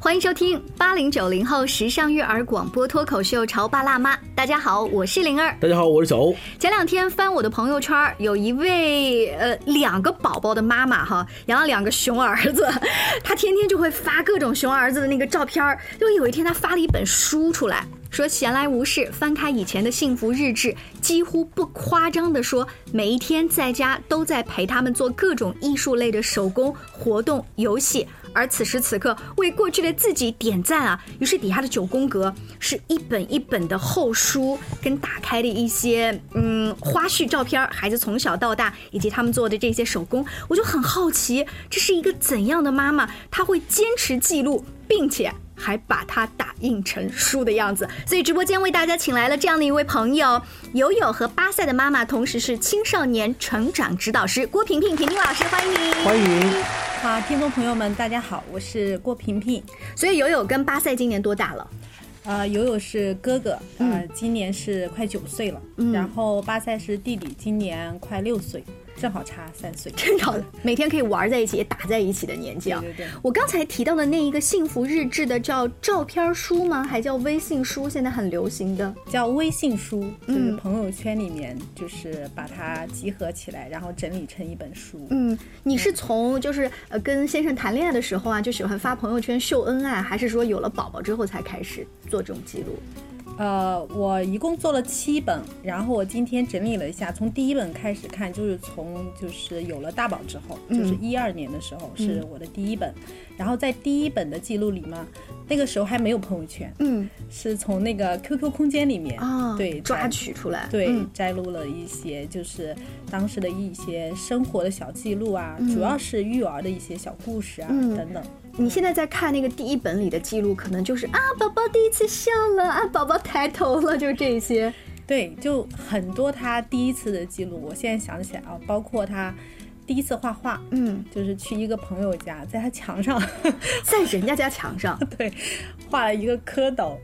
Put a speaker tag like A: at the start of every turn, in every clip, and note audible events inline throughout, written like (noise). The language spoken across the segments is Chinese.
A: 欢迎收听八零九零后时尚育儿广播脱口秀《潮爸辣妈》。大家好，我是灵儿。
B: 大家好，我是小欧。
A: 前两天翻我的朋友圈，有一位呃两个宝宝的妈妈哈，养了两个熊儿子，她天天就会发各种熊儿子的那个照片儿。就有一天，她发了一本书出来，说闲来无事，翻开以前的幸福日志，几乎不夸张的说，每一天在家都在陪他们做各种艺术类的手工活动、游戏。而此时此刻，为过去的自己点赞啊！于是底下的九宫格是一本一本的厚书，跟打开的一些嗯花絮照片，孩子从小到大以及他们做的这些手工，我就很好奇，这是一个怎样的妈妈？她会坚持记录，并且还把它打印成书的样子。所以直播间为大家请来了这样的一位朋友，友友和巴塞的妈妈，同时是青少年成长指导师郭萍萍，萍萍老师，欢迎您。
B: 欢迎，
C: 好，啊听众朋友们，大家好，我是郭萍萍，
A: 所以友友跟巴塞今年多大了？
C: 呃，友友是哥哥，呃，今年是快九岁了，然后巴塞是弟弟，今年快六岁，正好差三岁。
A: 真的，每天可以玩在一起，也打在一起的年纪啊！
C: 对对对
A: 我刚才提到的那一个幸福日志的叫照片书吗？还叫微信书？现在很流行的。
C: 叫微信书，就是
A: 嗯
C: 朋友圈里面，就是把它集合起来，然后整理成一本书。
A: 嗯，你是从就是呃跟先生谈恋爱的时候啊，就喜欢发朋友圈秀恩爱，还是说有了宝宝之后才开始做这种记录？
C: 呃，我一共做了七本，然后我今天整理了一下，从第一本开始看，就是从就是有了大宝之后，就是
A: 嗯
C: 一二年的时候是我的第一本，然后在第一本的记录里嘛，那个时候还没有朋友圈，
A: 嗯
C: 是从那个 QQ 空间里面
A: 啊，
C: 对
A: 抓
C: 摘
A: 取出来。
C: 对、
A: 嗯
C: 摘录了一些就是当时的一些生活的小记录啊，主要是育儿的一些小故事啊、
A: 嗯
C: 等等。
A: 你现在在看那个第一本里的记录，可能就是啊，宝宝第一次笑了啊，宝宝抬头了，就是这些。
C: 对，就很多他第一次的记录，我现在想起来啊，包括他第一次画画，
A: 嗯，
C: 就是去一个朋友家，在他墙上 (laughs)
A: 在人家家墙上，
C: 对画了一个蝌蚪，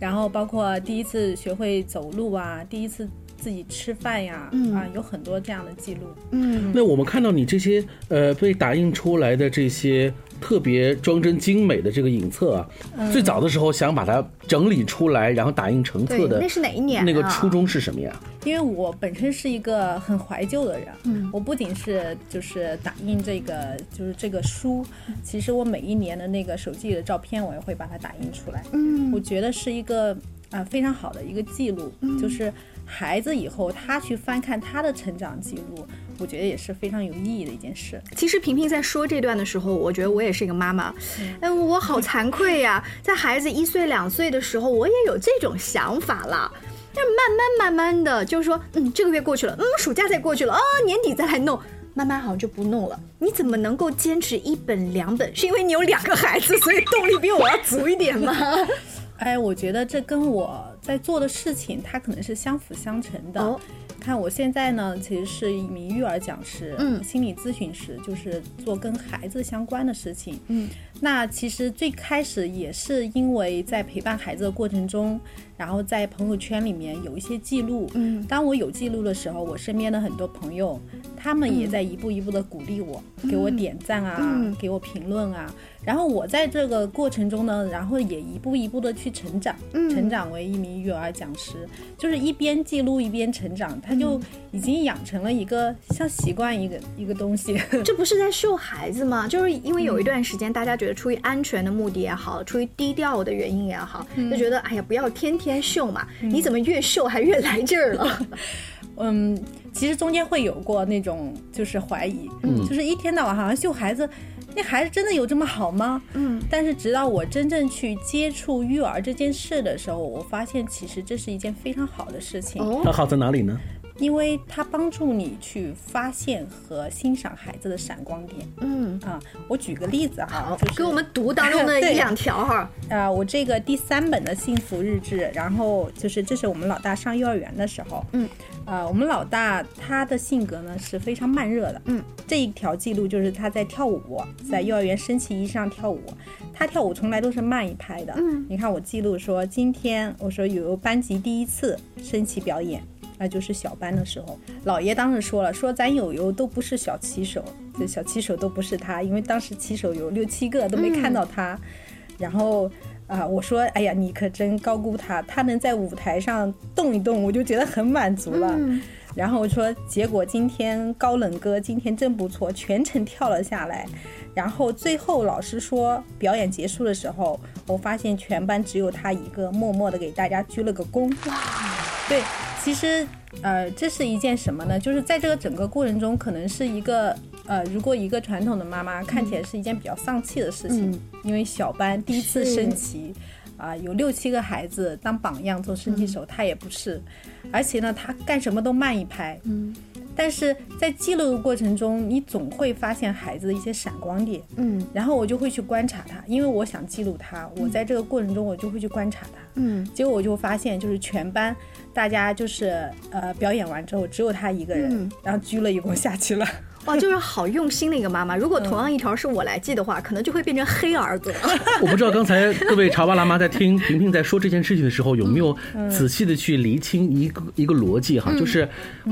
C: 然后包括第一次学会走路啊，第一次自己吃饭呀、啊，有很多这样的记录。
A: 嗯。
B: 那我们看到你这些呃被打印出来的这些特别装帧精美的这个影册啊，
A: 嗯
B: 最早的时候想把它整理出来，然后打印成册的
A: 对那是哪一年啊
B: 那个初衷是什么呀？
C: 因为我本身是一个很怀旧的人，嗯，我不仅是就是打印这个就是这个书，其实我每一年的那个手机里的照片，我也会把它打印出来，嗯，我觉得是一个啊、呃非常好的一个记录，就是孩子以后他去翻看他的成长记录，我觉得也是非常有意义的一件事。
A: 其实萍萍在说这段的时候，我觉得我也是一个妈妈，嗯，我好惭愧呀、在孩子一岁两岁的时候，我也有这种想法了。但是慢慢慢慢的，就是说，嗯，这个月过去了，嗯，暑假再过去了，哦，年底再来弄，慢慢好像就不弄了。你怎么能够坚持一本两本？是因为你有两个孩子，所以动力比我要足一点吗？
C: 哎，我觉得这跟我在做的事情，它可能是相辅相成的。
A: 哦
C: 看我现在呢，其实是一名育儿讲师，
A: 嗯
C: 心理咨询师，就是做跟孩子相关的事情。
A: 嗯，
C: 那其实最开始也是因为在陪伴孩子的过程中，然后在朋友圈里面有一些记录。
A: 嗯，
C: 当我有记录的时候，我身边的很多朋友，他们也在一步一步的鼓励我，给我点赞啊，
A: 嗯
C: 给我评论啊。然后我在这个过程中呢，然后也一步一步的去成长，
A: 嗯
C: 成长为一名育儿讲师，就是一边记录一边成长，他
A: 嗯
C: 就已经养成了一个像习惯一个一个东西。 (laughs)
A: 这不是在秀孩子吗？就是因为
C: 嗯
A: 有一段时间，大家觉得出于安全的目的也好，出于低调的原因也好，就
C: 嗯
A: 觉得哎呀，不要天天秀嘛，你怎么越秀还越来劲儿
C: (laughs)
A: 了？
C: 嗯，其实中间会有过那种就是怀疑，
A: 嗯
C: 就是一天到晚好像秀孩子，那孩子真的有这么好吗？
A: 嗯，
C: 但是直到我真正去接触育儿这件事的时候，我发现其实这是一件非常好的事情。
B: 它
A: 哦，
B: 好在哪里呢？
C: 因为它帮助你去发现和欣赏孩子的闪光点
A: 嗯，
C: 啊。我举个例子哈，
A: 好
C: 就是，
A: 给我们读当中的
C: 对
A: 一两条哈。
C: 啊，我这个第三本的幸福日志，然后就是这是我们老大上幼儿园的时候，
A: 嗯，
C: 呃，我们老大他的性格呢是非常慢热的，
A: 嗯，
C: 这一条记录就是他在跳舞，在幼儿园升旗仪式上跳舞，他跳舞从来都是慢一拍的，
A: 嗯，
C: 你看我记录说今天我说有班级第一次升旗表演。那就是小班的时候，老爷当时说了，说咱友友都不是小
A: 嗯
C: 旗手，这小旗手都不是他，因为当时旗手有六七个都没看到他，然后啊、我说，哎呀，你可真高估他，他能在舞台上动一动，我就觉得很满足了。然后我说，结果今天高冷哥今天真不错，全程跳了下来。然后最后老师说，表演结束的时候，我发现全班只有他一个默默的给大家鞠了个躬。对，其实呃，这是一件什么呢？就是在这个整个过程中，可能是一个呃，如果一个传统的妈妈看起来是一件比较丧气的事情，因为小班第一次升旗。啊、有六七个孩子当榜样做升旗手，她也不是，而且呢，她干什么都慢一拍。嗯，但是在记录的过程中，你总会发现孩子的一些闪光点。
A: 嗯，
C: 然后我就会去观察他，因为我想记录他。我在这个过程中，我就会去观察他。
A: 嗯，
C: 结果我就发现，就是全班大家就是呃表演完之后，只有他一个人，然后鞠了一躬下去了。
A: 哇，就是好用心的一个妈妈。如
C: 嗯
A: 果同样一条是我来记的话，可能就会变成黑儿子了。
C: (laughs)
B: 我不知道刚才各位潮爸辣妈在听萍萍在说这件事情的时候，有没有仔细的去厘清一个一个逻辑哈？就是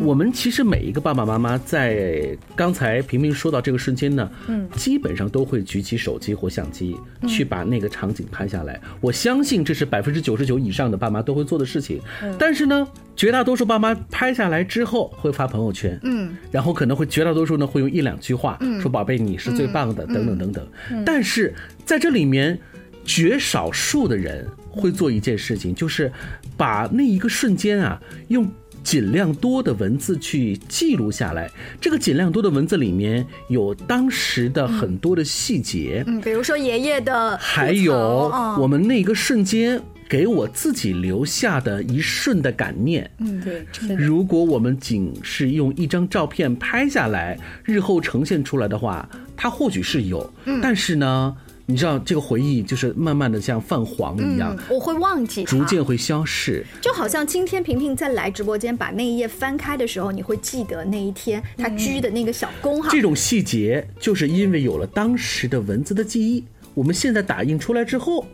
B: 我们其实每一个爸爸妈妈在刚才萍萍说到这个瞬间呢，基本上都会举起手机或相机去把那个场景拍下来。我相信这是百分之九十九以上的爸妈都会做的事情，但是呢，绝大多数爸妈拍下来之后会发朋友圈，嗯，然后可能会绝大多数呢会用一两句话
A: 嗯
B: 说“宝贝，你是最棒的”等等等等。但是在这里面，绝少数的人会做一件事情，就是把那一个瞬间啊，用尽量多的文字去记录下来。这个尽量多的文字里面有当时的很多的细节，
A: 嗯，比如说爷爷的吐槽，
B: 还有
A: 哦
B: 我们那一个瞬间给我自己留下的一瞬的感念。
C: 嗯对，是的
B: 如果我们仅是用一张照片拍下来，日后呈现出来的话，它或许是有，但是呢，你知道这个回忆就是慢慢的像泛黄一样，
A: 我会忘记它
B: 逐渐会消逝。
A: 就嗯好像今天萍萍在来直播间把那一页翻开的时候，你会记得那一天她鞠的那个小躬哈。
B: 这种细节就是因为有了当时的文字的记忆，我们现在打印出来之后，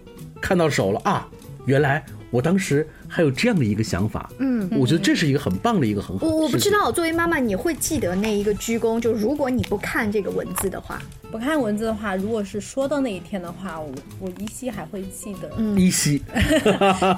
B: 看到手了啊，原来我当时还有这样的一个想法。嗯，我觉得这是一个很棒的一个很好的事
A: 我
B: 情。
A: 我不知道，作为妈妈你会记得那一个鞠躬，就如果你不看这个文字的话，
C: (laughs) 不看文字的话，如果是说到那一天的话，我我依稀还会记得。
B: 依稀，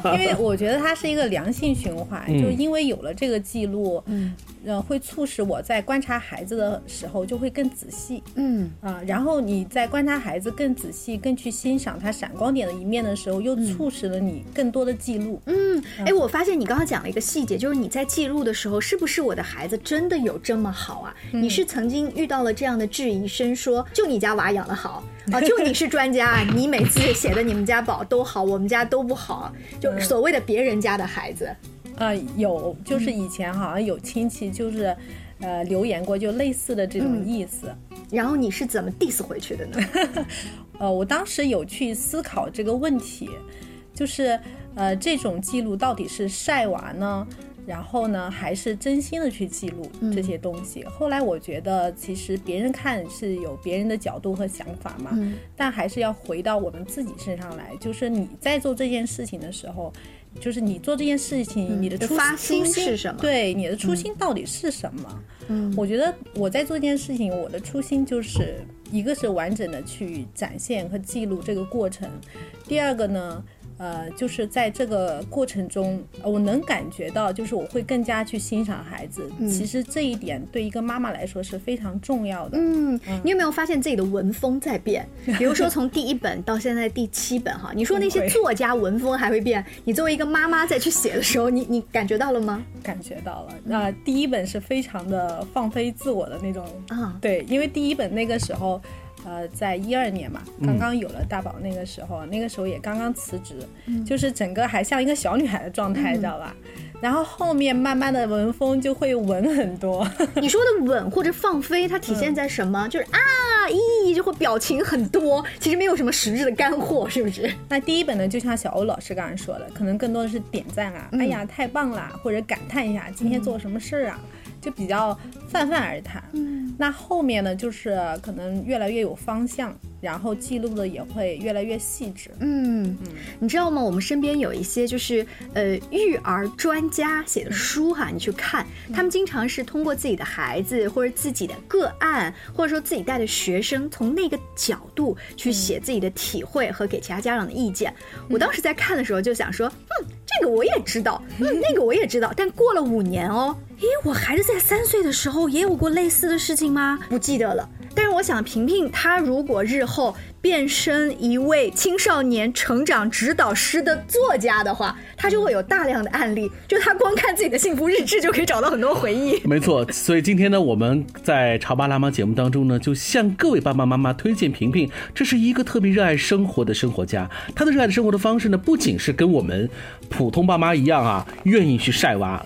C: 因为我觉得它是一个良性循环，就是因为有了这个记录，嗯，呃，会促使我在观察孩子的时候就会更仔细，
A: 嗯
C: 啊、然后你在观察孩子更仔细、更去欣赏他闪光点的一面的时候，又促使了你更多的记录，嗯，
A: 哎，我发现你刚刚讲了一个细节，就是你在记录的时候，是不是我的孩子真的有这么好啊？你是曾经遇到了这样的质疑声说，就你家娃养得好啊，就你是专家，你每次写的你们家宝都好，我们家都不好，就所谓的别人家的孩子，
C: 呃，有就是以前好像有亲戚就是，呃，留言过就类似的这种意思，
A: 然后你是怎么 diss 回去的呢？
C: 呃，我当时有去思考这个问题，就是呃，这种记录到底是晒娃呢，然后呢，还是真心的去记录
A: 嗯
C: 这些东西？后来我觉得，其实别人看是有别人的角度和想法嘛，
A: 嗯
C: 但还是要回到我们自己身上来，就是你在做这件事情的时候。就是你做这件事情，你的
A: 嗯就
C: 初
A: 发
C: 初
A: 心
C: 心
A: 是什么嗯
C: 对，你的初心到底是什么？我觉得我在做这件事情，我的初心就是一个是完整的去展现和记录这个过程，第二个呢，呃，就是在这个过程中，呃我能感觉到，就是我会更加去欣赏孩子。其实这一点对一个妈妈来说是非常重要的。
A: 嗯，你有没有发现自己的文风在变？比如说从第一本到现在第七本哈，你说那些
C: 会
A: 作家文风还会变，你作为一个妈妈再去写的时候，你你感觉到了吗？
C: 感觉到了。那、第一本是非常的放飞自我的那种，
A: 啊
C: 对，因为第一本那个时候，呃，在一二年嘛，刚刚有了大宝那个时候，那个时候也刚刚辞职，就是整个还像一个小女孩的状态，知道吧？然后后面慢慢的文风就会稳很多，
A: 你说的稳或者放飞，它体现在什么？就是啊，咦，就会表情很多，其实没有什么实质的干货，是不是？
C: 那第一本呢，就像小欧老师刚才说的，可能更多的是点赞啊，哎呀太棒啦，或者感叹一下今天做了什么事儿啊。就比较泛泛而谈。嗯，那后面呢，就是可能越来越有方向，然后记录的也会越来越细致。
A: 嗯，你知道吗？我们身边有一些就是呃育儿专家写的书哈，你去看，他们经常是通过自己的孩子或者自己的个案，或者说自己带的学生，从那个角度去写自己的体会和给其他家长的意见。我当时在看的时候就想说，嗯，这个我也知道，嗯，那个我也知道，但过了五年哦，诶，我孩子在三岁的时候也有过类似的事情吗？不记得了。但是我想，平平她如果日后变身一位青少年成长指导师的作家的话，她就会有大量的案例，就她光看自己的幸福日志就可以找到很多回忆。
B: 没错，所以今天呢，我们在《潮爸辣妈》节目当中呢，就向各位爸爸妈妈推荐萍萍，这是一个特别热爱生活的生活家。她的热爱的生活的方式呢，不仅是跟我们普通爸妈一样啊，愿意去晒娃，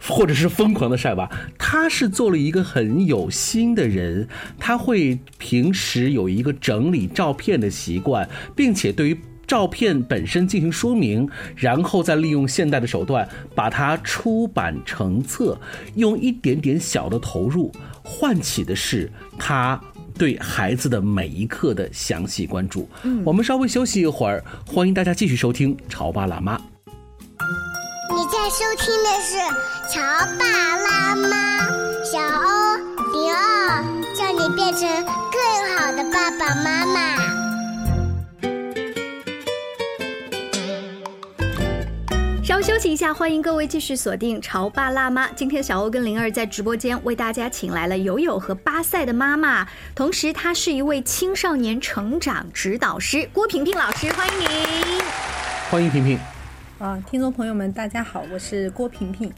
B: (laughs) 或者是疯狂的晒娃，她是做了一个很有心的人。她会平时有一个整理照片的习惯，并且对于照片本身进行说明，然后再利用现代的手段把它出版成册，用一点点小的投入，唤起的是他对孩子的每一刻的详细关注。我们稍微休息一会儿，欢迎大家继续收听《潮爸辣妈》。
D: 你在收听的是《潮爸辣妈》，小欧零二，叫你变成更好的爸爸妈妈。
A: 稍微休息一下，欢迎各位继续锁定《潮爸辣妈》。今天小欧跟灵儿在直播间为大家请来了友友和巴塞的妈妈，同时她是一位青少年成长指导师郭萍萍老师，欢迎您。
B: 欢迎萍萍。
C: 啊，听众朋友们，大家好，我是郭萍萍。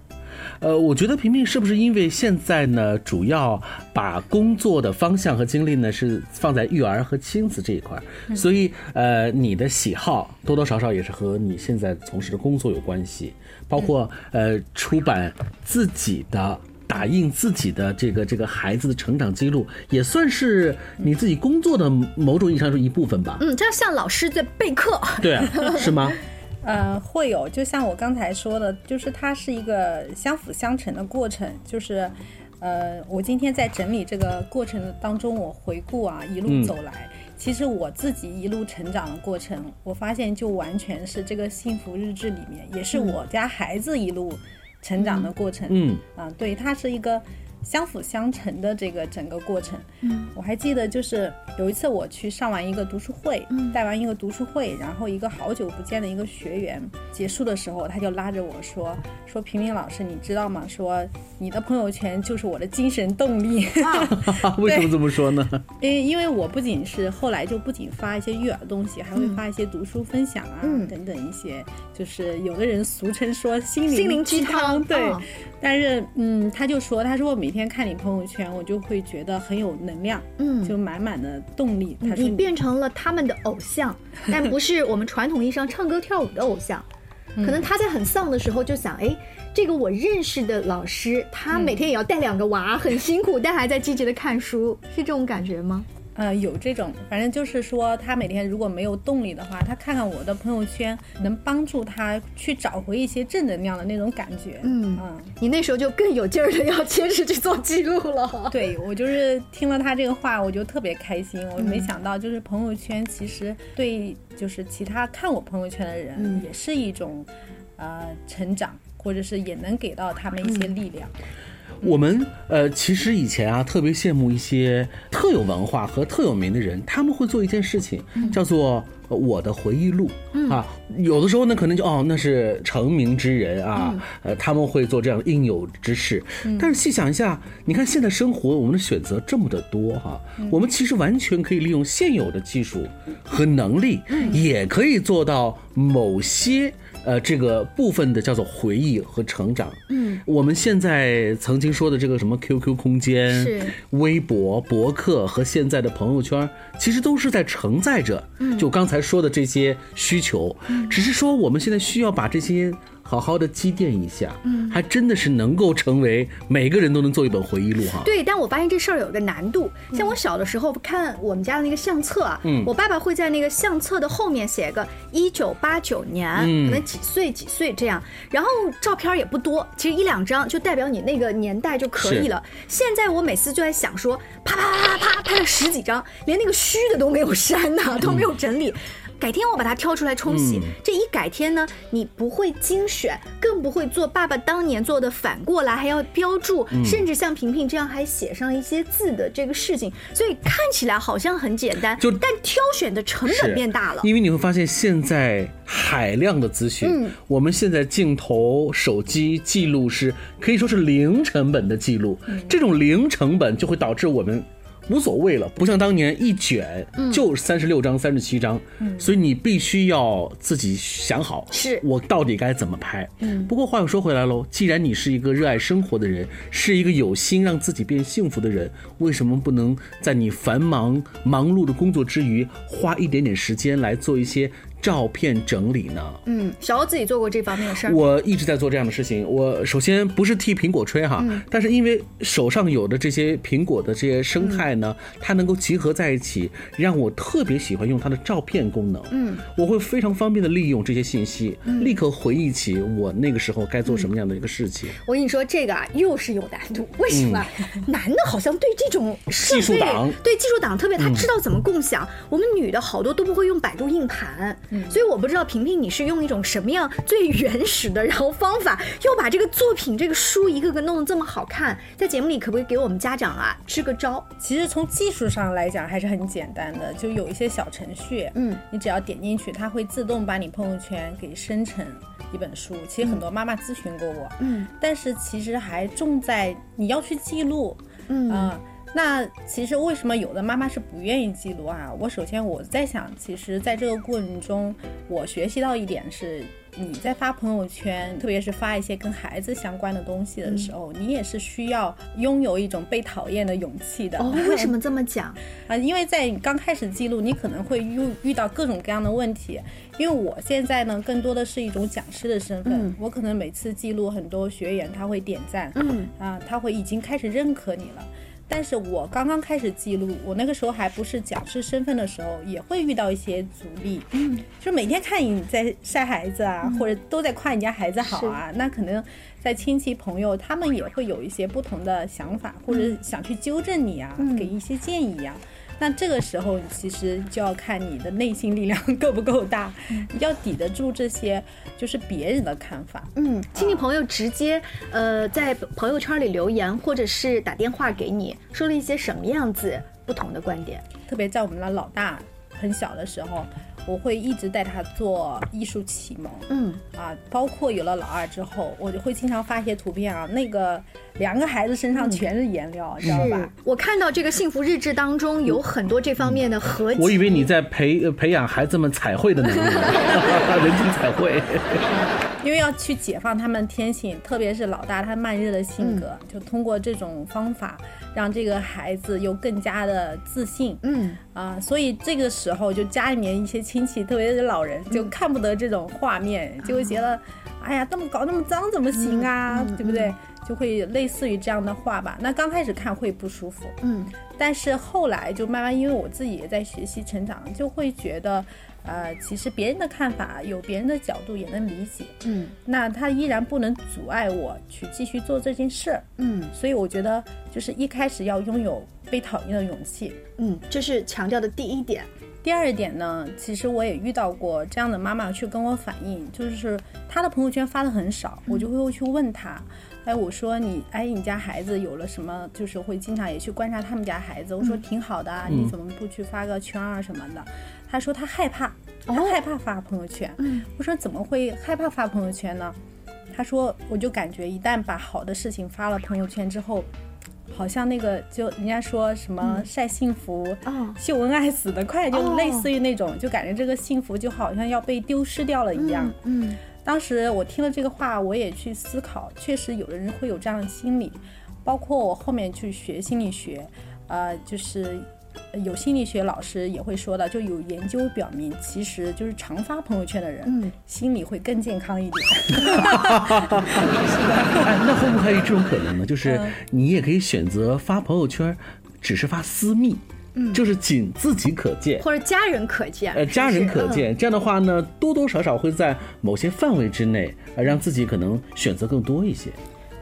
B: 呃，我觉得萍萍是不是因为现在呢，主要把工作的方向和精力呢是放在育儿和亲子这一块儿，所以呃，你的喜好多多少少也是和你现在从事的工作有关系，包括呃出版自己的。打印自己的这个这个孩子的成长记录，也算是你自己工作的某种意义上是一部分吧？
A: 嗯，这像老师在备课。
B: 对啊，是吗？
C: 呃，会有，就像我刚才说的，就是它是一个相辅相成的过程，就是，呃，我今天在整理这个过程当中，我回顾啊，一路走来，其实我自己一路成长的过程，我发现就完全是这个幸福日志里面，也是我家孩子一路成长的过程，
B: 嗯，
C: 啊，对，它是一个相辅相成的这个整个过程。嗯，我还记得就是有一次我去上完一个读书会，带完一个读书会，然后一个好久不见的一个学员结束的时候，他就拉着我说说平平老师，你知道吗？说你的朋友圈就是我的精神动力。
B: 啊为什么这么说呢？
C: 因为因为我不仅是后来就不仅发一些育儿东西，还会发一些读书分享啊、
A: 嗯
C: 等等一些，就是有的人俗称说心灵
A: 心灵鸡
C: 鸡
A: 汤
C: 对。
A: 哦
C: 但是嗯，他就说，他说我每天看你朋友圈，我就会觉得很有能量，
A: 嗯
C: 就满满的动力。他说
A: 你变成了他们的偶像，但不是我们传统意义上唱歌跳舞的偶像。可能他在很丧的时候就想，哎，这个我认识的老师，他每天也要带两个娃，很辛苦，但还在积极的看书，是这种感觉吗？
C: 呃，有这种，反正就是说，他每天如果没有动力的话，他看看我的朋友圈，能帮助他去找回一些正能量的那种感觉。
A: 嗯
C: 嗯
A: 你那时候就更有劲儿的要坚持去做记录 (laughs) 了。
C: 对我就是听了他这个话，我就特别开心。我没想到，就是朋友圈其实对就是其他看我朋友圈的人，也是一种、呃成长，或者是也能给到他们一些力量。
B: 我们呃，其实以前啊，特别羡慕一些特有文化和特有名的人，他们会做一件事情，叫做呃我的回忆录、啊。有的时候呢，可能就哦，那是成名之人啊，呃，他们会做这样应有之事。但是细想一下，你看现在生活，我们的选择这么的多哈、我们其实完全可以利用现有的技术和能力，也可以做到某些。呃，这个部分的叫做回忆和成长。嗯，我们现在曾经说的这个什么 QQ 空间、
A: 是
B: 微博、博客和现在的朋友圈，其实都是在承嗯载着，就刚才说的这些需求。只是说我们现在需要把这些好好的积淀一下，嗯，还真的是能够成为每个人都能做一本回忆录哈。嗯
A: 对，但我发现这事儿有个难度。像我小的时候看我们家的那个相册啊，我爸爸会在那个相册的后面写个一九八九年，
B: 嗯
A: 可能几岁几岁这样。然后照片儿也不多，其实一两张就代表你那个年代就可以了。现在我每次就在想说，啪啪啪啪啪拍了十几张，连那个虚的都没有删呢、都没有整理。改天我把它挑出来冲洗，
B: 嗯
A: 这一改天呢，你不会精选，更不会做爸爸当年做的反过来还要标注，
B: 嗯
A: 甚至像萍萍这样还写上一些字的这个事情，所以看起来好像很简单，
B: 就
A: 但挑选的成
B: 是
A: 本变大了。
B: 因为你会发现现在海量的资讯，
A: 嗯
B: 我们现在镜头、手机记录是可以说是零成本的记录，
A: 嗯
B: 这种零成本就会导致我们。无所谓了，不像当年一卷
A: 嗯
B: 就三十六张、三十七张，所以你必须要自己想好，
A: 是
B: 我到底该怎么拍。不过话又说回来喽，既然你是一个热爱生活的人，是一个有心让自己变幸福的人，为什么不能在你繁忙忙碌的工作之余，花一点点时间来做一些照片整理呢？
A: 嗯，小欧自己做过这方面的事儿，
B: 我一直在做这样的事情。我首先不是替苹果吹哈，但是因为手上有的这些苹果的这些生态呢，它能够集合在一起，让我特别喜欢用它的照片功能。嗯，我会非常方便的利用这些信息，立刻回忆起我那个时候该做什么样的一个事情。
A: 我跟你说，这个啊又是有难度，为什么？啊男的好像对这种设备
B: 嗯技术党嗯
A: 对技术党特别，他知道怎么共享。我们女的好多都不会用百度硬盘，所以我不知道萍萍你是用一种什么样最原始的，然后方法，又把这个作品这个书一个个弄得这么好看，在节目里可不可以给我们家长啊支个招？
C: 其实从技术上来讲还是很简单的，就有一些小程序，
A: 嗯，
C: 你只要点进去，它会自动把你朋友圈给生成一本书。其实很多妈妈咨询过我，
A: 嗯，
C: 但是其实还重在你要去记录，
A: 嗯
C: 啊那其实为什么有的妈妈是不愿意记录啊？我首先我在想，其实在这个过程中，我学习到一点是。你在发朋友圈，特别是发一些跟孩子相关的东西的
A: 嗯
C: 时候，你也是需要拥有一种被讨厌的勇气的。
A: 哦，为什么这么讲？
C: 啊，因为在你刚开始记录，你可能会遇遇到各种各样的问题。因为我现在呢，更多的是一种讲师的身份，我可能每次记录很多学员，他会点赞，
A: 嗯
C: 啊，他会已经开始认可你了。但是我刚刚开始记录，我那个时候还不是讲师身份的时候，也会遇到一些阻力。嗯，就是每天看你在晒孩子啊，或者都在夸人家孩子好啊，那可能在亲戚朋友他们也会有一些不同的想法，或者想去纠正你啊，给一些建议啊。那这个时候，其实就要看你的内心力量 (laughs) 够不够大，
A: 嗯
C: 要抵得住这些就是别人的看法。
A: 嗯，亲戚朋友直接呃在朋友圈里留言，或者是打电话给你，说了一些什么样子不同的观点？
C: 特别在我们的老大很小的时候，我会一直带他做艺术启蒙。
A: 嗯，
C: 啊，包括有了老二之后，我就会经常发一些图片啊，那个两个孩子身
A: 嗯
C: 上全是颜料，你知道吧？
A: 我看到这个幸福日志当中有很多这方面的合集。
B: 我以为你在培呃培养孩子们彩绘的能力呢，人体彩绘。
C: 因为要去解放他们的天性，特别是老大他慢热的
A: 嗯
C: 性格，就通过这种方法让这个孩子又更加的自信。
A: 嗯，
C: 啊，所以这个时候就家里面一些亲戚，特别是老人，就看不得这种画面，就会觉得，哎呀，这么搞那么脏怎么行啊，对不对？就会类似于这样的话吧。那刚开始看会不舒服，
A: 嗯，
C: 但是后来就慢慢，因为我自己也在学习成长，就会觉得，呃，其实别人的看法有别人的角度也能理解，
A: 嗯
C: 那他依然不能阻碍我去继续做这件事儿。
A: 嗯
C: 所以我觉得，就是一开始要拥有被讨厌的勇气，
A: 嗯，这是强调的第一点。
C: 第二点呢，其实我也遇到过这样的妈妈去跟我反映，就是她的朋友圈发的很少，我就会去问她，哎，我说你，哎，你家孩子有了什么？就是会经常也去观察他们家孩子，我说挺好的啊，你怎么不去发个圈啊什么的？她说她害怕，她害怕发朋友圈。我说怎么会害怕发朋友圈呢？她说我就感觉一旦把好的事情发了朋友圈之后。好像那个就人家说什么晒幸福，
A: 哦
C: 秀恩爱死得快，
A: 哦
C: 就类似于那种，就感觉这个幸福就好像要被丢失掉了一样。
A: 嗯
C: 当时我听了这个话，我也去思考，确实有的人会有这样的心理，包括我后面去学心理学，呃，就是呃有心理学老师也会说到，就有研究表明，其实就是常发朋友圈的人，
A: 嗯
C: 心理会更健康一点。
B: 哎，那会不会还有这种可能呢？就是你也可以选择发朋友圈，只是发私密，就是仅自己可见。
A: 或者家人可见，
B: 呃，家人可
A: 是不是。嗯
B: 见，这样的话呢，多多少少会在某些范围之内，呃，让自己可能选择更
A: (laughs)
B: 多一些。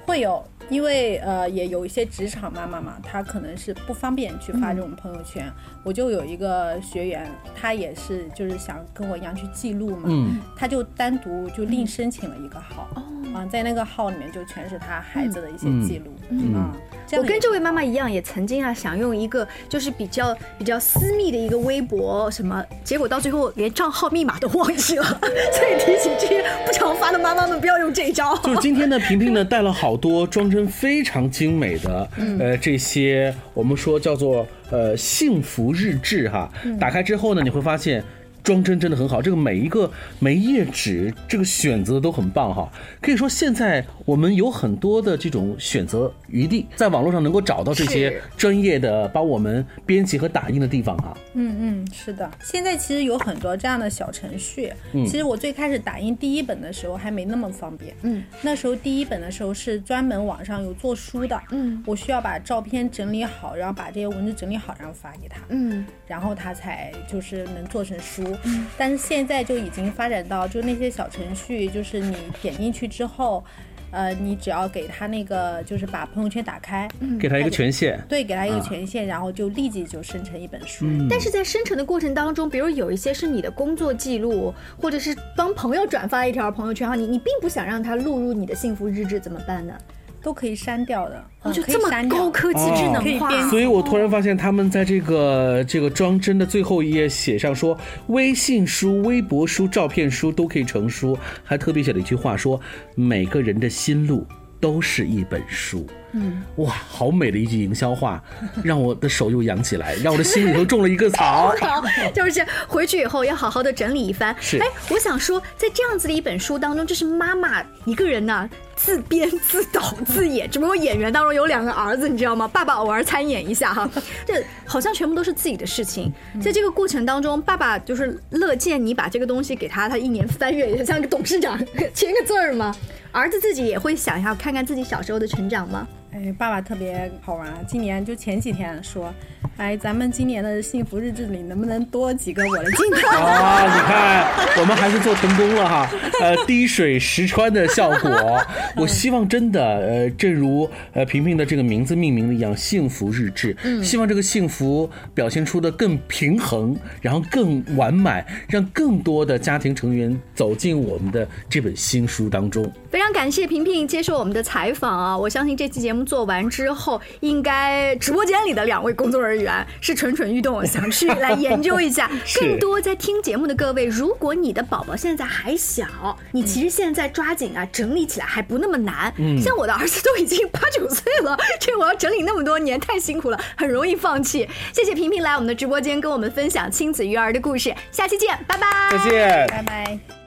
C: 会有，因为呃，也有一些职场妈妈嘛，她可能是不方便去发这种朋友圈。我就有一个学员，她也是就是想跟我一样去记录嘛，
B: 嗯
C: 她就单独就另申请了一个号，嗯、啊，在那个号里面就全是她孩子的一些记录，嗯，啊、这
A: 我
C: 样
A: 跟
C: 也
A: 这位妈妈一样，也曾经啊想用一个就是比较比较私密的一个微博什么，结果到最后连账号密码都忘记了，所以提醒这些不常发的妈妈们不要用这一招。
B: 就是今天呢，萍萍呢带了好多装帧非常精美的，
A: 嗯
B: 呃，这些我们说叫做呃幸福日志哈。
A: 嗯
B: 打开之后呢，你会发现装帧真的很好，这个每一个每一页纸这个选择都很棒哈。可以说现在我们有很多的这种选择余地，在网络上能够找到这些
A: 是
B: 专业的帮我们编辑和打印的地方哈。
C: 嗯嗯，是的，现在其实有很多这样的小程序。其实我最开始打印第一本的时候还没那么方便。
A: 嗯，
C: 那时候第一本的时候是专门网上有做书的。
A: 嗯，
C: 我需要把照片整理好，然后把这些文字整理好，然后发给他，
A: 嗯，
C: 然后他才就是能做成书。嗯，但是现在就已经发展到，就那些小程序，就是你点进去之后。呃，你只要给他那个，就是把朋友圈打开，
A: 嗯
B: 给他一个权限，
C: 对，给他一个权限，然后就立即就生成一本书。
A: 但是在生成的过程当中，比如有一些是你的工作记录，或者是帮朋友转发一条朋友圈哈，你你并不想让它录入你的幸福日志，怎么办呢？
C: 都可以删掉的，嗯、
A: 哦就
C: 可
A: 这
C: 以
A: 么
C: 删掉
A: 高科技智
B: 哦
A: 能
C: 可以
A: 化，
C: 编
B: 所以我突然发现，他们在这个这个装帧的最后一页写上说，微信书、微博书、照片书都可以成书，还特别写了一句话说，每个人的心路都是一本书。嗯，哇，好美的一句营销话，让我的手又痒起来，让我的心里头种了一个草。
A: 就是回去以后要好好的整理一番。
B: 是
A: 哎，我想说，在这样子的一本书当中，这是妈妈一个人呢、自编自导自演，只不过演员当中有两个儿子，你知道吗？爸爸偶尔参演一下哈，这好像全部都是自己的事情。在这个过程当中，爸爸就是乐见你把这个东西给他，他一年翻阅一下，像个董事长 (laughs) 签个字儿嘛。儿子自己也会想要看看自己小时候的成长吗？
C: 哎，爸爸特别好玩，啊！今年就前几天说，哎，咱们今年的幸福日志里能不能多几个我的镜
A: (laughs)
B: (laughs)
C: 头？ (laughs)
A: 哦
B: 啊，你看，我们还是做成功了哈，呃，滴水石穿的效果。我希望真的，呃，正如呃平平的这个名字命名的一样，幸福日志。希望这个幸福表现出的更平衡，然后更完满，让更多的家庭成员走进我们的这本新书当中。
A: 非常感谢萍萍接受我们的采访啊！我相信这期节目做完之后，应该直播间里的两位工作人员是蠢蠢欲动，想去来研究一下
B: 是
A: 更多在听节目的各位。如果你的宝宝现在还小，你其实现在抓紧啊，整理起来还不那么难。像我的儿子都已经八九岁了，这我要整理那么多年太辛苦了，很容易放弃。谢谢萍萍来我们的直播间跟我们分享亲子育儿的故事，下期见，拜拜。
B: 再见。
C: 拜拜。